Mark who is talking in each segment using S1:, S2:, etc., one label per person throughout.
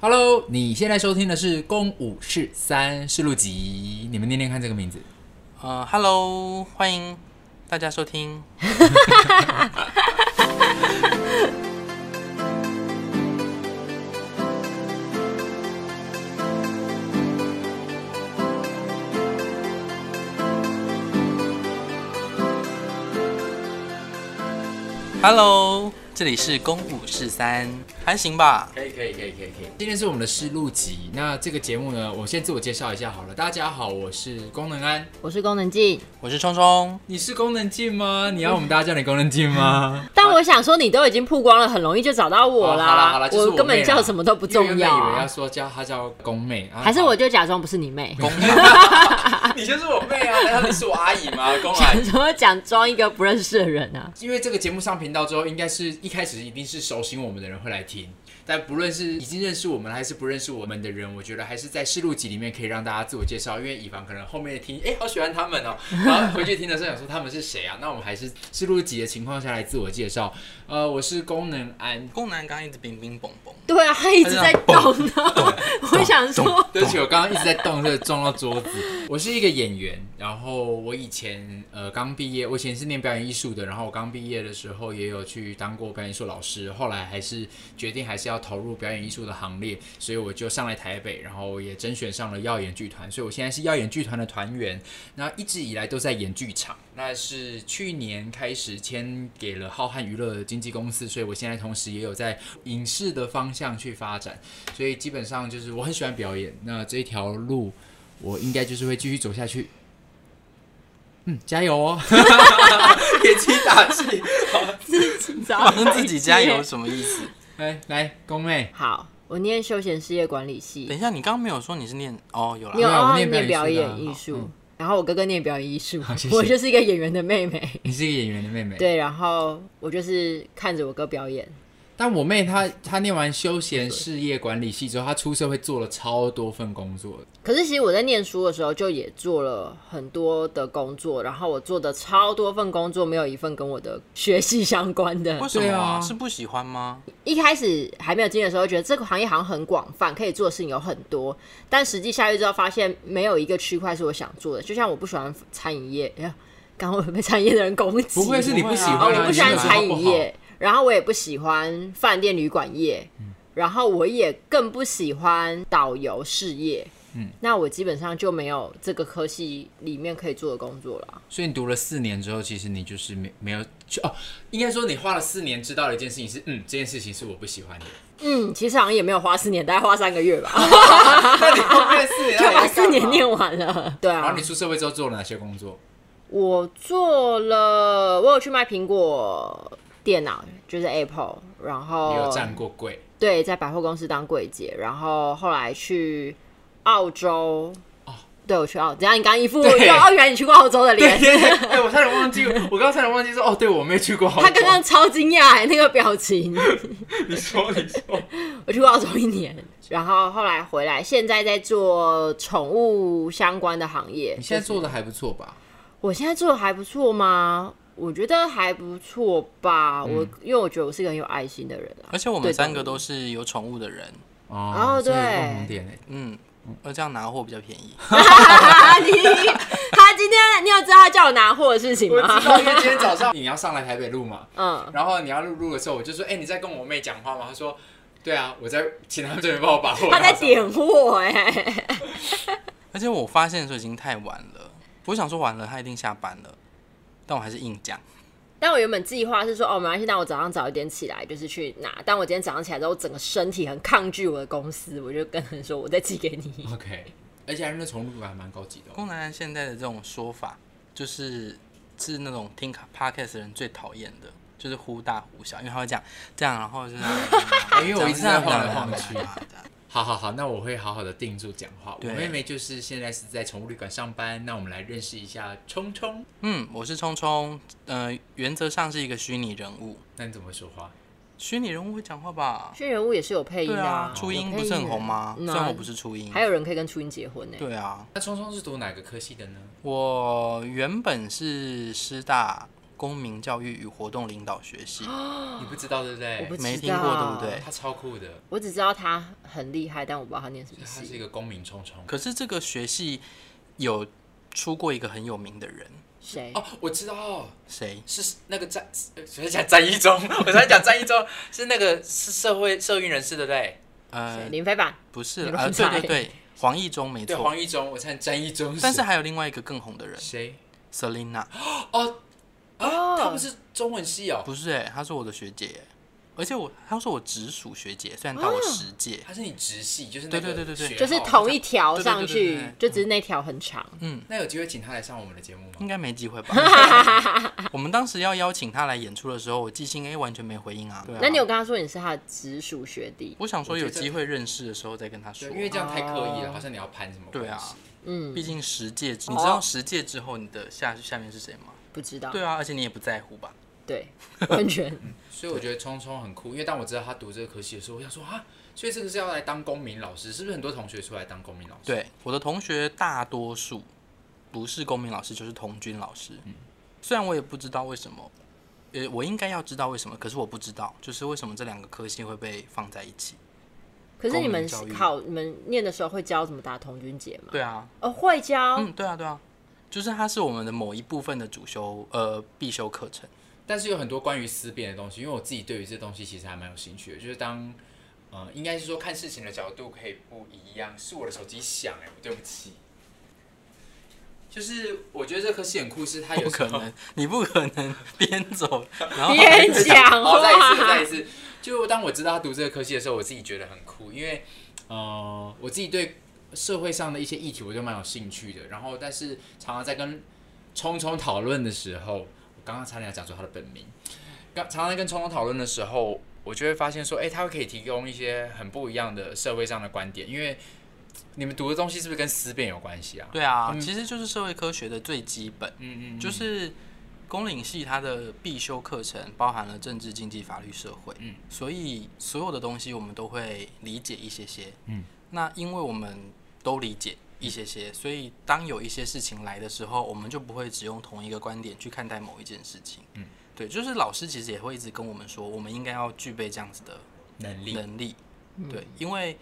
S1: Hello，你现在收听的是《公五是三》是录集，你们念念看这个名字。
S2: 呃，Hello，欢迎大家收听。Hello，这里是公五十三，还行吧？
S1: 可以可以可以可以可以。今天是我们的试录集，那这个节目呢，我先自我介绍一下好了。大家好，我是功能安。
S3: 我是功能镜，
S2: 我是冲冲，
S1: 你是功能静 吗？你要我们大家叫你功能静 吗？
S3: 但我想说，你都已经曝光了，很容易就找到我
S1: 哦好啦好啦，
S3: 啦。
S1: 就是我
S3: 根本
S1: 妹啦
S3: 叫什么都不重
S1: 因为原本以为
S3: 要啊
S1: 要，说叫她叫宫妹，啊
S3: 还是我就假装不是你妹，
S2: 公
S1: 好你就是我妹啊？难道你是我阿姨 吗？宫阿
S3: 想说讲装一个不认识的人啊？
S1: 因为这个节目上频道之后，应该是一开始一定是熟悉我们的人会来听，但不论是已经认识我们还是不认识我们的人，我觉得还是在试录集里面可以让大家自我介绍，因为以防可能后面听，哎、好喜欢他们哦、然后回去听的时候想说他们是谁啊？那我们还是试录集的情况下来自我介绍。呃，我是功能安，
S2: 公男刚刚一直冰冰蹦蹦，
S3: 对啊，他一直在动啊。我想说，
S1: 对不起，我刚刚一直在动，这撞到桌子。我是一个演员，然后我以前呃刚毕业，我以前是念表演艺术的，然后我刚毕业的时候也有去当过表演艺术老师，后来还是决定还是要投入表演艺术的行列，所以我就上来台北，然后也甄选上了耀眼剧团，所以我现在是耀眼剧团的团员，那一直以来都在演剧场，那是去年开始签给了浩瀚娱乐经纪公司，所以我现在同时也有在影视的方向去发展，所以基本上就是我很喜欢表演，那这一条路我应该就是会继续走下去。嗯，加油哦！ 给自己打 气。
S2: 好
S3: 帮
S2: 像自己加油。什么意思？
S1: 来来，宫妹，
S3: 好，我念休闲事业管理系
S2: 等，一下，你刚刚没有说你是念哦，有
S3: 你有
S2: 啦，
S1: 对啊我
S3: 哦
S1: 念
S3: 念
S1: 表
S3: 表
S1: 演
S3: 演
S1: 艺
S3: 艺
S1: 术的啊好嗯
S3: 术，然后我哥哥念表演艺术
S1: 好谢，哎谢
S3: 我就是一个演员的妹妹。
S1: 你是一个演员的妹妹。。
S3: 对，然后我就是看着我哥表演，
S1: 但我妹她她念完休闲事业管理系之后，她出社会做了超多份工作的。
S3: 可是其实我在念书的时候就也做了很多的工作，然后我做的超多份工作，没有一份跟我的学习相关的
S2: 为。什么
S1: 对啊
S2: 啊？是不喜欢吗？
S3: 一开始还没有进去的时候，觉得这个行业好像很广泛，可以做的事情有很多，但实际下去之后发现没有一个区块是我想做的。就像我不喜欢餐饮业，哎呀，刚刚我被餐饮业的人攻击，
S1: 不会是你不喜欢、
S2: 不
S1: 啊？
S3: 哦，
S2: 会
S3: 我
S2: 啊
S3: 不喜欢
S1: 你不
S3: 餐
S1: 好嗯
S3: 饮业，然后我也不喜欢饭店旅馆业，然后我也更不喜欢导游事业。
S1: 嗯
S3: 嗯，那我基本上就没有这个科系里面可以做的工作了啊。
S1: 所以你读了四年之后，其实你就是没没有就哦，应该说你花了四年知道了一件事情是，嗯，这件事情是我不喜 欢的。
S3: 嗯，其实好像也没有花四年，大概花三个月吧，
S1: 那你后面四年
S3: 就把四年啊
S1: 念，
S3: 念完了。对
S1: 然后
S3: 啊
S1: 你，出社会之后做了哪些工作？
S3: 我做了，我有去卖苹果电脑，就是 Apple，然后
S1: 你有站过 柜，
S3: 对，在百货公司当柜姐，然后后来去澳洲。对，我去澳，怎样？你刚刚一副
S1: 哦对
S3: 哦，原来你去过澳洲的脸，
S1: 哎，我差点忘记，我刚差点忘记说，哦，对我没有去过。
S3: 他刚刚超惊讶欸那个表情。
S1: 你说你说，
S3: 我去过澳洲一年，然后后来回来，现在在做宠物相关的行业。
S1: 你现在
S3: 就是
S1: 做的还不错吧？
S3: 我现在做的还不错吗？我觉得还不错吧。
S1: 嗯
S3: 我因为我觉得我是一个很有爱心的人 啊
S2: 而，且我们
S3: 对
S2: 三个
S3: 动物
S2: 都是有宠物的人，
S1: 哦
S3: 哦对
S1: 所以共同点哎，
S2: 嗯，而这样拿货比较便宜。
S3: 你他今天你有知道他叫我拿货的事情
S1: 我
S3: 吗？
S1: 知道，因为今天早上你要上来台北录嘛，
S3: 嗯，
S1: 然后你要录录的时候，我就说，哎，你在跟我妹讲话吗？她说，对啊，我在请他们这边帮我把货。
S3: 他在点货哎、
S2: 而且我发现的时候已经太晚了，我想说完了，他一定下班了，但我还是硬讲。
S3: 但我原本计划是说，哦，没关系，那我早上早一点起来，就是去拿。但我今天早上起来之后，我整个身体很抗拒我的公司，我就跟人说，我再寄给你。
S1: OK，而且他们的宠物馆还蛮高级的哦。
S2: 宫南现在的这种说法，就是是那种听卡 podcast 的人最讨厌的，就是忽大忽小，因为他会讲这样，然后就是
S1: 因哎为我一直在晃来晃去
S2: 这样这样
S1: 好好好，那我会好好的定住讲话。我
S2: 对
S1: 妹妹就是现在是在宠物旅馆上班，那我们来认识一下冲冲。
S2: 嗯，我是聪聪，呃，原则上是一个虚拟人物，
S1: 那你怎么会说话？
S2: 虚拟人物会讲话吧？
S3: 轩人物也是有配音
S2: 对啊，
S3: 啊，
S2: 初音
S3: 有
S2: 不
S3: 配
S2: 是很
S3: 的
S2: 红吗？
S3: 嗯
S2: 虽
S3: 啊
S2: 然我不是初音，
S3: 还有人可以跟初音结婚呢、
S2: 对啊，
S1: 那冲冲是读哪个科系的呢？
S2: 我原本是师大公民教育与活动领导学 系，
S1: 你不知道对不对？
S3: 我不知道
S2: 没听过对不对？
S1: 他超酷的，
S3: 我只知道他很厉害，但我不知道他念什么
S1: 他是
S3: 系。
S1: 一个公民冲冲。
S2: 可是这个学系有出过一个很有名的人，
S3: 谁？
S1: 哦，我知道，
S2: 谁？
S1: 是那个战，呃我在讲战一中， 我在讲战一中是那个是社会社运人士对不对？
S3: 谁
S2: 呃，
S3: 林飞版
S2: 不是
S3: 你
S2: 啊，
S3: 乱
S2: 对
S3: 猜
S2: 对对， 黄义中没
S1: 对，
S2: 错
S1: 黄。一中，我猜战一中，
S2: 但是还有另外一个更红的人
S1: 谁？
S2: ，Selina，
S1: 哦，
S3: 哦
S1: 啊，他们是中文系哦，
S2: 不是哎、她是我的学姐欸，而且我她说我直属学姐，虽然到
S3: 啊
S2: 我十届，
S1: 他是你直系，就是那个
S2: 对对对对对
S1: 学号
S3: 就是同一条
S2: 哦对对对对
S3: 上
S2: 对
S3: 去
S2: 对，嗯
S3: 就只是那条很长。
S1: 那有机会请他来上我们的节目
S2: 应
S1: 吗？
S2: 该没机会吧？ 我们当时要邀请她来演出的时候，我记性 A 完全没回应啊。对啊
S3: 那你有跟他说你是他的直属学弟？
S2: 我想说有
S1: 我觉得
S2: 机会认识的时候再跟她说
S1: 对，，因为这样太刻意
S3: 哦
S1: 了，好像你要攀什么关
S2: 对啊
S1: 系。
S3: 嗯，
S2: 毕竟十届之，你知道十届之后你的下下面是谁吗？
S3: 不知道。
S2: 对啊，而且你也不在乎吧？
S3: 对，完全。
S1: 所以我觉得聪聪很酷，因为当我知道他读这个科系的时候，我想说啊，所以这个是要来当公民老师，是不是很多同学出来当公民老师？，
S2: 对，我的同学大多数不是公民老师就是童军老师，
S3: 嗯
S2: 虽然我也不知道为什么，呃，我应该要知道为什么，可是我不知道，就是为什么这两个科系会被放在一起。
S3: 嗯可是你
S2: 公
S3: 们
S2: 民教育
S3: 考你们念的时候会教怎么打童军结吗？
S2: 对啊，
S3: 哦，会教
S2: 嗯，对啊，对啊，就是它是我们的某一部分的主修呃必修课程。
S1: 但是有很多关于思辨的东西，因为我自己对于这东西其实还蛮有兴趣的，就是当。呃，应该是说看事情的角度可以不一样。是我的手机响哎、对不起。就是我觉得这科系很酷，是它有
S2: 不
S1: 时候
S2: 可能，你不可能边走然后
S3: 边讲
S1: 好，哦再一次，再
S3: 话
S1: 一。次。就当我知道他读这个科系的时候，我自己觉得很酷，因为呃，我自己对社会上的一些议题我就蛮有兴趣的。然后，但是常常在跟聪聪讨论的时候，我刚刚差点要讲出他的本名。刚常常在跟聪聪讨论的时候，我就会发现说，哎、他会可以提供一些很不一样的社会上的观点，因为你们读的东西是不是跟思辨有关系啊？
S2: 对啊，
S1: 嗯
S2: 其实就是社会科学的最基本。
S1: 嗯嗯，
S2: 就
S1: 嗯
S2: 是公领系它的必修课程包含了政治、经济、法律、社会，
S1: 嗯，
S2: 所以所有的东西我们都会理解一些些，
S1: 嗯，
S2: 那因为我们都理解一些些，所以当有一些事情来的时候，我们就不会只用同一个观点去看待某一件事情，
S1: 嗯，
S2: 对，就是老师其实也会一直跟我们说，我们应该要具备这样子的
S1: 能力。
S2: 能力，对，因为。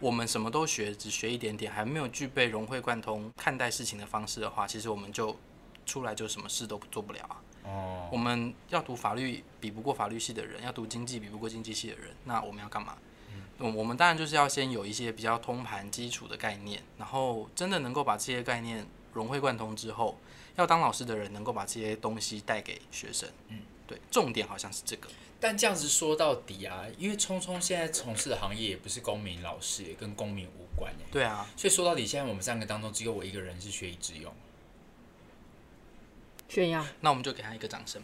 S2: 我们什么都学，只学一点点，还没有具备融会贯通看待事情的方式的话，其实我们就出来就什么事都做不了啊。
S1: 哦
S2: 我，们要读法律比不过法律系的人，要读经济比不过经济系的人，那我们要干嘛？嗯我我们当然就是要先有一些比较通盘基础的概念，然后真的能够把这些概念融会贯通之后，要当老师的人能够把这些东西带给学生。嗯，对，重点好像是这个。
S1: 但这样子说到底啊，因为聪聪现在从事的行业也不是公民老师，也跟公民无关耶。
S2: 对啊，
S1: 所以说到底，现在我们三个当中，只有我一个人是学以致用。
S3: 炫耀，
S2: 那我们就给他一个掌声。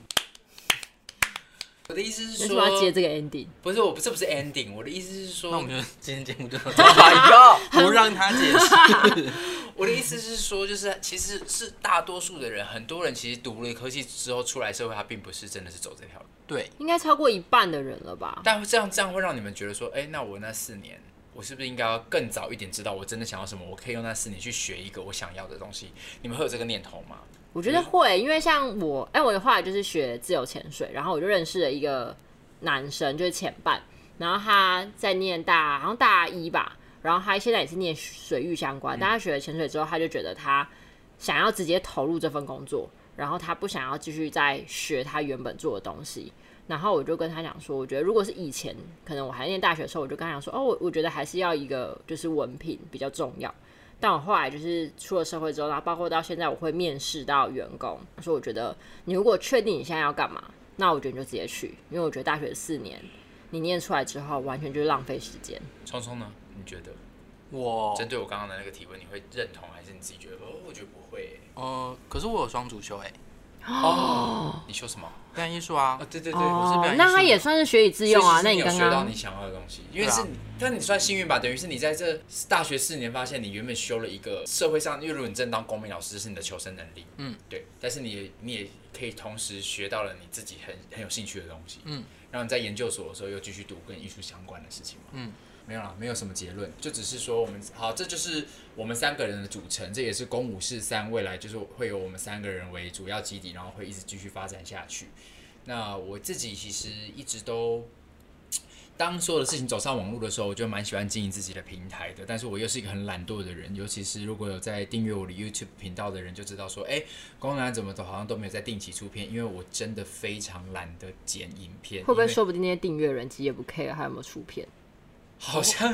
S1: 我的意思
S3: 为
S1: 是
S3: 什么要接
S1: 说，
S3: 这个 ending？
S1: 不是我不这不是 ending，我的意思是说，
S2: 那我们就今天节目就到这里 哎呦，不让他解 释。
S1: 我的意思是说，就是其实是大多数的人，很多人其实读了科技之后出来社会，他并不是真的是走这条路。
S2: 对，
S3: 应该超过一半的人了吧？
S1: 但这样这样会让你们觉得说，哎、那我那四年，我是不是应该要更早一点知道我真的想要什么？我可以用那四年去学一个我想要的东西。你们会有这个念头吗？
S3: 我觉得会，因为像我，哎、我后来就是学自由潜水，然后我就认识了一个男生，就是前伴，然后他在念大，好像大一吧，然后他现在也是念水域相关，但他学了潜水之后，他就觉得他想要直接投入这份工作，然后他不想要继续再学他原本做的东西。然后我就跟他讲说，我觉得如果是以前，可能我还念大学的时候，我就跟他讲说，哦，我我觉得还是要一个就是文凭比较重要。但我后来就是出了社会之后，然后包括到现在，我会面试到员工，所以我觉得你如果确定你现在要干嘛，那我觉得你就直接去，因为我觉得大学四年你念出来之后，完全就是浪费时间。
S1: 聪聪呢？你觉得？
S3: 哦
S2: 我
S1: 针对我刚刚的那个提问，你会认同还是你自己觉得？哦，我觉得不会耶。
S2: 呃，可是我有双主修哎、
S1: 哦，你修什么？
S2: 表演艺术啊
S1: 啊，，对对对，
S2: 我是表演艺术
S3: 那他也算是学以致哦用啊。
S1: 所
S3: 那
S1: 以其实你
S3: 你
S1: 有
S3: 刚
S1: 学到
S3: 刚
S1: 你想要的东西，因为是
S2: 对啊，
S1: 但你算幸运吧，等于是你在这大学四年发现你原本修了一个社会上，因为如果你真当公民老师，这是你的求生能力，
S2: 嗯，
S1: 对，但是你也你也可以同时学到了你自己很很有兴趣的东西，
S2: 嗯，
S1: 然后你在研究所的时候又继续读跟艺术相关的事情嘛，
S2: 嗯，
S1: 没有啦，没有什么结论，就只是说我们好，这就是我们三个人的组成，这也是公五四三未来就是会有我们三个人为主要基底，然后会一直继续发展下去。那我自己其实一直都，当所有的事情走上网络的时候，我就蛮喜欢经营自己的平台的。但是我又是一个很懒惰的人，尤其是如果有在订阅我的 YouTube 频道的人就知道说，哎，光南怎么都好像都没有在定期出片，因为我真的非常懒得剪影片。
S3: 会不会
S1: 因为
S3: 说不定那些订阅人其实也不 care 还有没有出片？
S1: 好像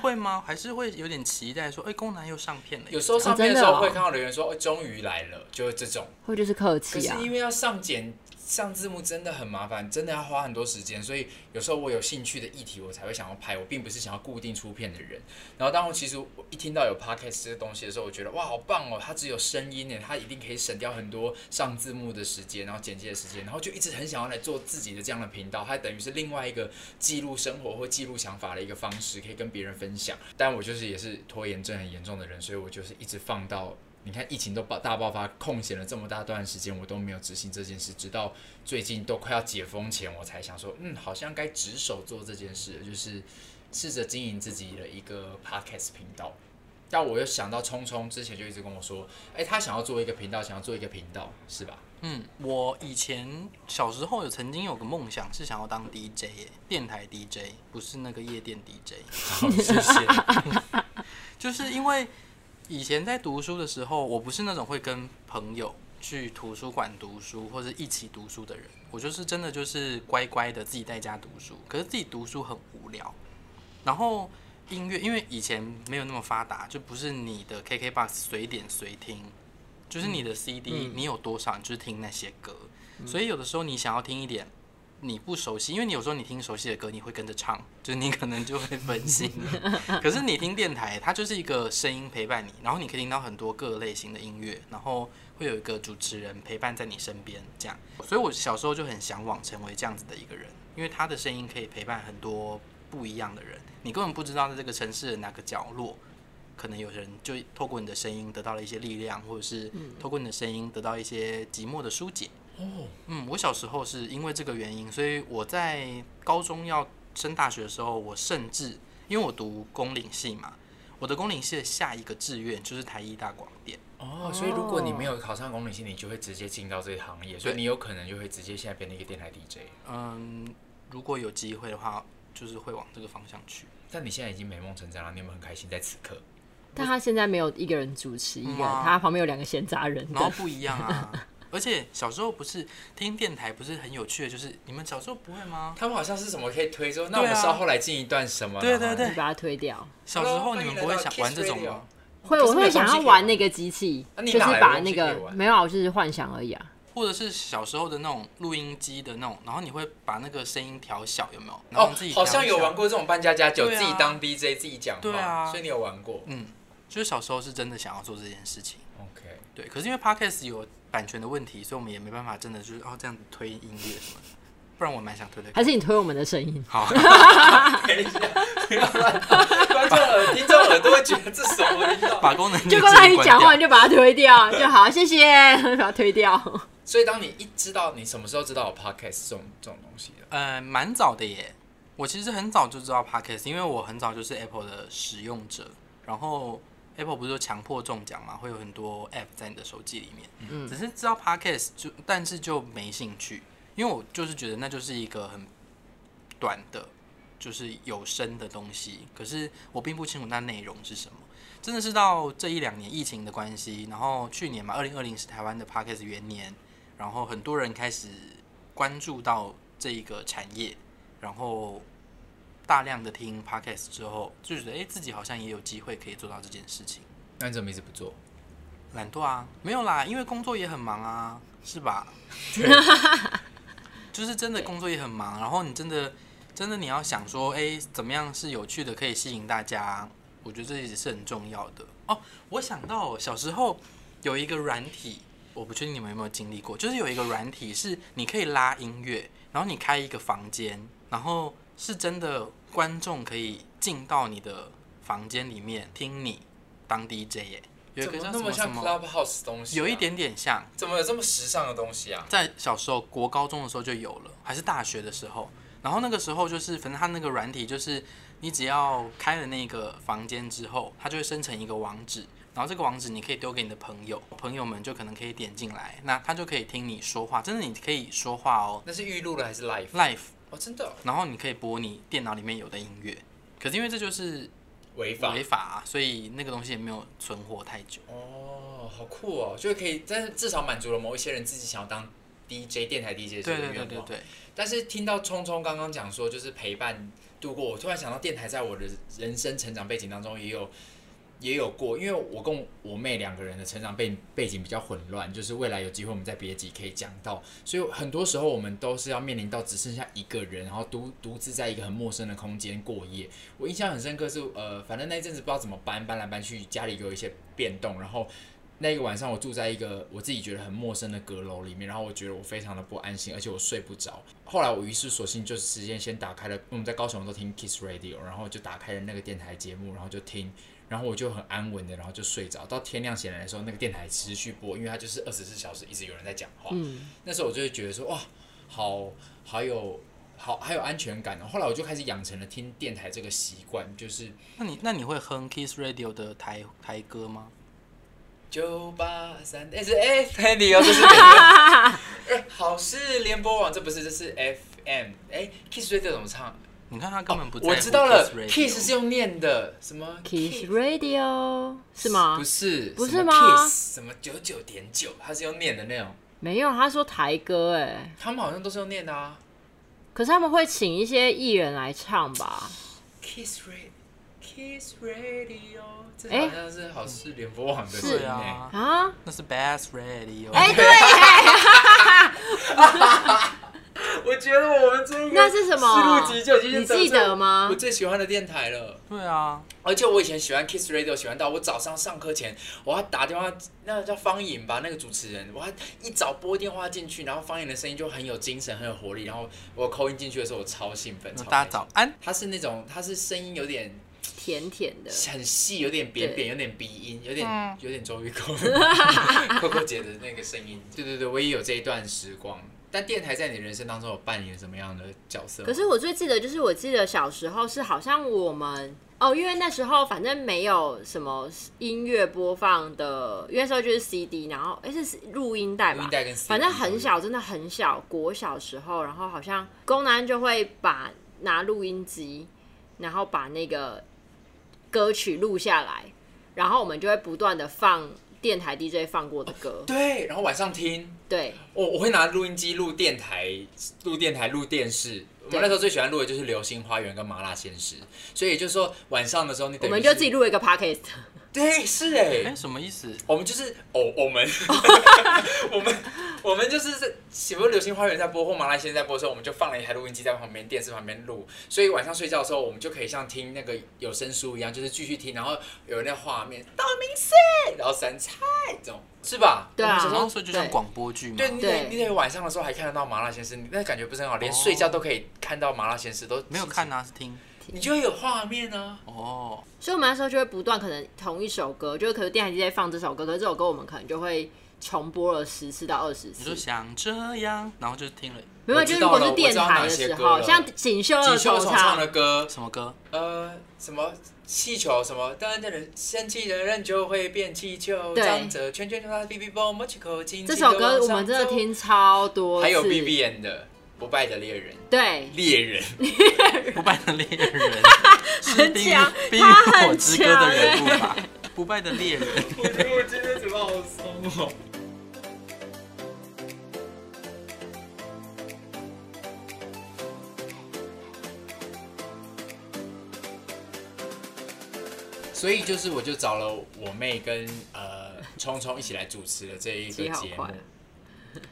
S2: 会吗？还是会有点期待说，哎、宫南又上片了。
S1: 有时候
S2: 这样
S1: 上片的时候
S3: 哦真的哦
S1: 会看到留言说，哦，终于来了，就是这种。
S3: 会就是客
S1: 可
S3: 气
S1: 是
S3: 啊，
S1: 因为要上剪上字幕真的很麻烦，真的要花很多时间，所以有时候我有兴趣的议题我才会想要拍，我并不是想要固定出片的人。然后当我其实我一听到有 podcast 这个东西的时候，我觉得哇好棒哦，它只有声音呢，它一定可以省掉很多上字幕的时间，然后剪接的时间，然后就一直很想要来做自己的这样的频道，它等于是另外一个记录生活或记录想法的一个方式，可以跟别人分享。但我就是也是拖延症很严重的人，所以我就是一直放到你看疫情都爆大爆发，空闲了这么大段时间，我都没有执行这件事，直到最近都快要解封前，我才想说，嗯，好像该值守做这件事了，就是试着经营自己的一个 podcast 频道。但我又想到聪聪之前就一直跟我说，哎、他想要做一个频道，想要做一个频道，是吧？
S2: 嗯，我以前小时候有曾经有个梦想是想要当 DJ，耶电台 DJ，不是那个夜店 DJ。
S1: 好，谢谢。
S2: 就是因为以前在读书的时候，我不是那种会跟朋友去图书馆读书或者一起读书的人，我就是真的就是乖乖的自己在家读书。可是自己读书很无聊，然后音乐因为以前没有那么发达，就不是你的 KKBOX 随点随听，就是你的 CD，、你有多少你就是听那些歌，所以有的时候你想要听一点。你不熟悉，因为你有时候你听熟悉的歌，你会跟着唱， 就是你可能就会分心了。 可是你听电台，它就是一个声音陪伴你，然后你可以听到很多各类型的音乐，然后会有一个主持人陪伴在你身边，这样。所以我小时候就很向往成为这样子的一个人，因为他的声音可以陪伴很多不一样的人，你根本不知道在这个城市的哪个角落。可能有人就透过你的声音得到了一些力量，或者是透过你的声音得到一些寂寞的疏解。
S1: 哦，
S2: 嗯，我小时候是因为这个原因，所以我在高中要升大学的时候，我甚至因为我读工领系嘛，我的工领系的下一个志愿就是台医大广电。
S1: 哦，所以如果你没有考上公理系，你就会直接进到这个行业，所以你有可能就会直接现在变成一个电台 DJ。
S2: 嗯，如果有机会的话，就是会往这个方向去。
S1: 但你现在已经美梦成真了，你有没有很开心在此刻？
S3: 但他现在没有一个人主持，
S1: 嗯
S3: 一个人，
S1: 啊
S2: 哇
S3: 他旁边有两个闲杂人
S2: 然后
S3: 等。
S2: 不一样啊， 而且小时候不是听电台，不是很有趣的，就是你们小时候不会吗？
S1: 他们好像是什么可以推说，那
S2: 对啊
S1: 我们稍后来进一段什么？
S2: 对
S1: 然后
S2: 对
S3: 你把它推掉，
S2: 小时候你们不会想玩这种
S1: Hello，欢迎来到 Kiss Radio
S2: 吗？
S3: 会
S1: 可是
S3: 我会想要玩那个机器，
S1: 那啊
S3: 就
S1: 你
S3: 是
S1: 哪来的
S3: 把
S1: 东西可
S3: 那
S1: 以
S3: 个
S1: 玩
S3: 没有啊，我就是幻想而已啊。
S2: 或者是小时候的那种录音机的那种，然后你会把那个声音调小，有没有？然后
S1: 哦
S2: 你自己，
S1: 好
S2: 调
S1: 像有
S2: 小
S1: 玩过这种扮家家酒，
S2: 对啊
S1: 自己当 DJ 自己讲话，
S2: 对啊
S1: 所以你有玩过
S2: 嗯，就是小时候是真的想要做这件事情，
S1: ？OK，
S2: 对。可是因为 podcast 有版权的问题，所以我们也没办法真的就是哦这样子推音乐什么的，不然我蛮想推的。
S3: 还是你推我们的声音？
S2: 好，
S1: 等一下，不要乱动，观众耳、听众耳朵会觉得这什么频道？
S2: 把功能
S3: 就
S2: 键
S3: 刚才
S2: 键
S3: 你
S2: 关
S3: 讲
S2: 掉
S3: 话，你就把它推掉就好，谢 谢，把它推掉。
S1: 所以当你一知道你什么时候知道有 podcast 这种这种东西的，
S2: 呃，蛮早的耶。我其实很早就知道 podcast，因为我很早就是 Apple 的使用者。然后 Apple 不是说强迫中奖嘛，会有很多 app 在你的手机里面。
S3: 嗯
S2: 只是知道 podcast 就，但是就没兴趣，因为我就是觉得那就是一个很短的，就是有声的东西。可是我并不清楚那内容是什么。真的是到这一两年疫情的关系，然后去年嘛，二零二零是台湾的 podcast 元年，然后很多人开始关注到这一个产业，然后大量的听 podcast 之后，就觉得哎、诶自己好像也有机会可以做到这件事情。
S1: 那你怎么一直不做？
S2: 懒惰啊，没有啦，因为工作也很忙啊，是吧？就是真的工作也很忙，然后你真的真的你要想说，哎、怎么样是有趣的，可以吸引大家，我觉得这也是很重要的哦。我想到我小时候有一个软体，我不确定你们有没有经历过，就是有一个软体是你可以拉音乐，然后你开一个房间，然后是真的观众可以进到你的房间里面听你当 DJ 耶、有一
S1: 怎
S2: 个
S1: 么
S2: 叫什
S1: 那
S2: 么什
S1: 像
S2: 么
S1: Clubhouse 东西、啊
S2: 有一，点点像，
S1: 怎么有这么时尚的东西啊？
S2: 在小时候国高中的时候就有了，还是大学的时候。然后那个时候就是，反正它那个软体就是你只要开了那个房间之后，它就会生成一个网址，然后这个网址你可以丢给你的朋友，朋友们就可能可以点进来，那他就可以听你说话，真的你可以说话哦
S1: 那是预录的还是 live？
S2: ，live，
S1: 哦，真的哦
S2: 然后你可以播你电脑里面有的音乐，可是因为这就是
S1: 违法
S2: 违法、啊，所以那个东西也没有存活太久。
S1: 哦，好酷哦，就是可以，但是至少满足了某一些人自己想要当 DJ 电台 DJ 这
S2: 对
S1: 个
S2: 对
S1: 愿
S2: 对
S1: 望。
S2: 对对，
S1: 但是听到聪聪刚刚讲说，就是陪伴度过，我突然想到电台在我的人生成长背景当中也有也有过，因为我跟我妹两个人的成长背背景比较混乱，就是未来有机会我们在别集可以讲到，所以很多时候我们都是要面临到只剩下一个人，然后独独自在一个很陌生的空间过夜。我印象很深刻是，呃，反正那一阵子不知道怎么搬，搬来搬去，家里有一些变动，然后那个晚上我住在一个我自己觉得很陌生的阁楼里面，然后我觉得我非常的不安心，而且我睡不着。后来我于是索性就直接先打开了，我们在高雄都听 Kiss Radio，然后就打开了那个电台节目，然后就听，然后我就很安稳的，然后就睡着。到天亮醒来的时候，那个电台持续播，因为它就是二十四小时一直有人在讲话。
S3: 嗯，
S1: 那时候我就会觉得说，哇，好好有好还有安全感、哦。后来我就开始养成了听电台这个习惯，就是
S2: 那你那你会哼 Kiss Radio 的台台歌吗？
S1: 九八三，哎是哎 h e 哦，这是哎好事联播网，这不是这是 FM，哎 Kiss Radio 怎么唱？
S2: 你看他根本不在乎
S1: 哦我知道了
S2: Radio
S1: ，Kiss 是用念的，什么
S3: Kiss Radio 是吗
S1: 不？是
S3: 不是
S1: 什么
S3: 吗
S1: ？Kiss 什么九九点九，它是用念的那种，
S3: 没有，他说台歌哎、
S1: 他们好像都是用念的啊。
S3: 可是他们会请一些艺人来唱吧？
S1: Kiss Radio。Kiss Radio，这
S3: 哎
S1: 好像是好事联播网的
S2: 对
S1: 音哎
S2: 啊，
S3: 啊，
S2: 那是 Bass Radio。
S3: 哎、对耶，
S1: 我觉得我们这个
S3: 那是什么
S1: 思路急就已经
S3: 你记得吗
S1: 我最喜欢的电台了，
S2: 对啊，
S1: 而且我以前喜欢 Kiss Radio，喜欢到我早上上课前，我要打电话，那个叫方颖吧，那个主持人，我要一早拨电话进去，然后方颖的声音就很有精神，很有活力，然后我扣音进去的时候，我超兴奋，超
S2: 大
S1: 开
S2: 家
S1: 心。
S2: 早安。
S1: 他是那种，他是声音有点
S3: 甜甜的，
S1: 很细，有点扁扁，
S3: 对
S1: 有点鼻音，有点、
S2: 嗯
S1: 有点周玉 蔻蔻蔻姐的那个声音。对对对，我也有这一段时光。但电台在你人生当中有扮演什么样的角色吗？
S3: 可是我最记得就是，我记得小时候是好像我们哦，因为那时候反正没有什么音乐播放的，因为那时候就是 CD，然后哎、是录音带
S1: 录
S3: 吧
S1: 音，带跟 CD
S3: 啊反正很小，真的很小，国小时候，然后好像公男就会把拿录音机，然后把那个歌曲录下来，然后我们就会不断的放电台 DJ 放过的歌，
S1: 对，然后晚上听，
S3: 对，
S1: 我我会拿录音机录电台，录电台，录电视。我们那时候最喜欢录的就是《流星花园》跟《麻辣鲜师》，所以就是说晚上的时候你等
S3: 我
S1: 于
S3: 们就是自己录了一个 podcast，
S1: 对是哎、
S2: 哎、什么意思？
S1: 我们就是哦，我 们我们我们就是在，岂不是《流星花园》在播或《麻辣鲜》在播的时候，我们就放了一台录音机在旁边电视旁边录，所以晚上睡觉的时候，我们就可以像听那个有声书一样，就是继续听，然后有那画面，道明寺，然后三菜这种，是吧？
S3: 对啊
S1: 我们小
S2: 然
S1: 时候
S2: 后说就像广播剧嘛，
S1: 对，你
S3: 对
S1: 得你得晚上的时候还看得到麻辣鲜师，你那感觉不是很好，连睡觉都可以看到麻辣鲜师，都
S2: 没有看，啊，是听。
S1: 你就会有画面啊。
S2: 哦，
S3: 所以我们那时候就会不断可能同一首歌，就是可能电台 DJ 放这首歌，可是这首歌我们可能就会重播了十次到二十
S2: 你说
S3: 次。
S2: 想这样，然后就听了
S3: 没有，
S1: 我
S3: 就
S1: 知
S3: 是
S1: 道
S3: 如果
S1: 了
S3: 是电台
S1: 我
S3: 的
S1: 知道哪些
S3: 时
S1: 歌
S3: 候，
S1: 了
S3: 像锦绣二
S1: 锦绣
S3: 重
S1: 所唱
S3: 唱
S1: 的，歌，
S2: 什么歌？
S1: 呃，什么气球什么，当然的人生气的人就会变气球，
S3: 对
S1: 张着圈啊圈它哔哔啵，摸起口轻轻
S3: 这
S1: 地
S3: 首歌
S1: 往
S3: 我
S1: 上
S3: 们真的
S1: 走，
S3: 听超多次。
S1: 还有 B B N 的《不败的猎人》，
S3: 对，
S1: 猎 人，
S2: 不败的猎人，是
S3: 很
S2: 冰
S3: 强
S2: 与冰
S3: 他
S2: 与火
S3: 很
S2: 之歌的
S3: 强
S2: 人物吧？不败的猎人，
S1: 我觉得我今天嘴巴好松哦。所以就是，我就找了我妹跟呃聪聪一起来主持了这 一个
S3: 记好
S1: 节目
S3: 快。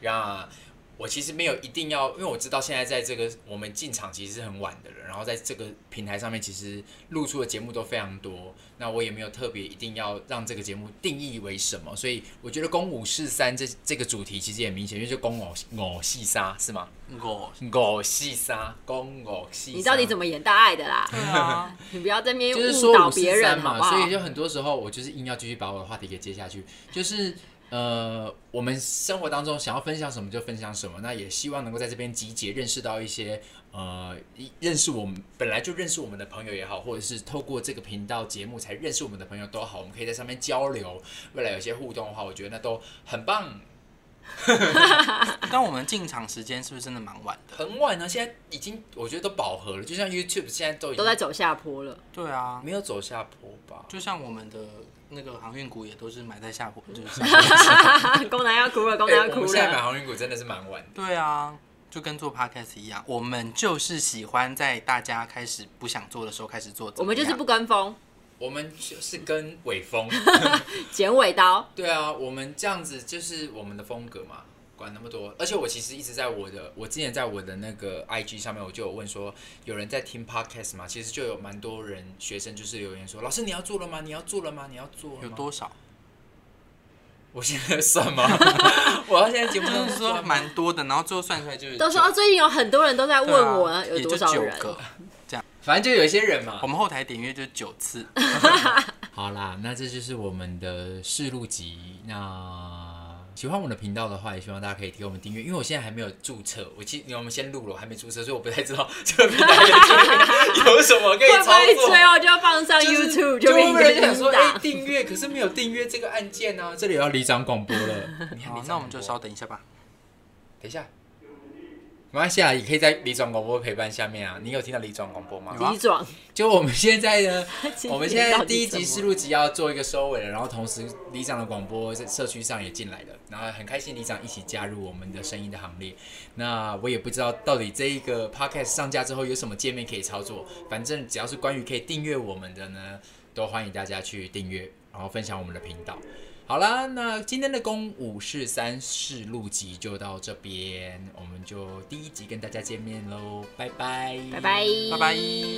S1: 那我其实没有一定要，因为我知道现在在这个我们进场其实是很晚的了，然后在这个平台上面其实露出的节目都非常多，那我也没有特别一定要让这个节目定义为什么，所以我觉得“公五是三这”这个主题其实也明显，因为就公偶偶戏杀是吗？
S2: 我
S1: 偶戏杀，公偶戏杀，
S3: 你到底怎么演大爱的啦？
S2: 对啊，
S3: 你不要在那边
S1: 就是
S3: 误
S1: 说
S3: 导
S1: 我
S3: 别人好
S1: 嘛，
S3: 不好
S1: 所？以就很多时候我就是硬要继续把我的话题给接下去，就是呃，我们生活当中想要分享什么就分享什么，那也希望能够在这边集结认识到一些呃一认识我们本来就认识我们的朋友也好，或者是透过这个频道节目才认识我们的朋友都好，我们可以在上面交流，未来有些互动的话，我觉得那都很棒。
S2: 但我们进场时间是不是真的蛮晚的？
S1: 很晚呢，现在已经我觉得都饱和了，就像 YouTube 现在都已
S3: 都
S1: 经
S3: 在走下坡了。
S2: 对啊，
S1: 没有走下坡吧？
S2: 就像我们的那个航运股也都是买在下坡，就是
S3: 公男要哭了，公
S1: 哎
S3: 男要
S1: 我
S3: 哭
S1: 们现在买
S3: 了。
S1: 航运股真的是蛮晚的。
S2: 对啊，就跟做 podcast 一样，我们就是喜欢在大家开始不想做的时候开始做。
S3: 我们就是
S2: 怎么
S3: 不
S2: 样
S3: 跟风，
S1: 我们就是跟尾风，
S3: 剪尾刀。
S1: 对啊，我们这样子就是我们的风格嘛，管那么多。而且我其实一直在我的，我之前在我的那个 IG 上面，我就有问说，有人在听 podcast 嘛？其实就有蛮多人学生就是留言说，老师你要做了吗？你要做了吗？你要做了吗
S2: 有？多少？
S1: 我现在算 吗？我要现在节目
S2: 就
S1: 上
S2: 是说
S1: 说
S2: 蛮多的，然后最后算出来就是
S3: 都说哦，最近有很多人都在问
S2: 对啊
S3: 我呢有
S2: 也
S3: 多
S2: 就
S3: 少
S2: 九
S3: 人，
S2: 个，
S1: 反正就有一些人嘛
S2: 我。们后台点阅就九次。
S1: 好啦，那这就是我们的试录集。那喜欢我的频道的话，也希望大家可以给我们订阅，因为我现在还没有注册，我记我们先录了，我还没注册，所以我不太知道这个平台的订阅有什么可以
S3: 会不
S1: 操
S3: 会
S1: 作。
S3: 最后就放上
S1: 就是
S3: YouTube
S1: 就会有
S3: 变一个
S1: 人想说，
S3: 音
S1: 哎、
S3: 档？
S1: 订阅，可是没有订阅这个按键呢、这里要离场广播了，你看
S2: 好
S1: 离，
S2: 那
S1: 场
S2: 我们就
S1: 广播
S2: 稍等一下吧。
S1: 等一下。没关系啊，也可以在离转广播陪伴下面啊。你有听到离转广播吗？
S2: 啊
S3: 李爽，
S1: 就我们现在呢，
S3: 今天
S1: 我们现在第一
S3: 到
S1: 集
S3: 底怎
S1: 试
S3: 么了
S1: 录集要做一个收尾了，然后同时里长的广播在社区上也进来了，然后很开心里长一起加入我们的声音的行列。那我也不知道到底这一个 podcast 上架之后有什么界面可以操作，反正只要是关于可以订阅我们的呢，都欢迎大家去订阅，然后分享我们的频道。好啦，那今天的公五是三试录集就到这边，我们就第一集跟大家见面喽，拜拜，
S3: 拜拜，
S2: 拜拜。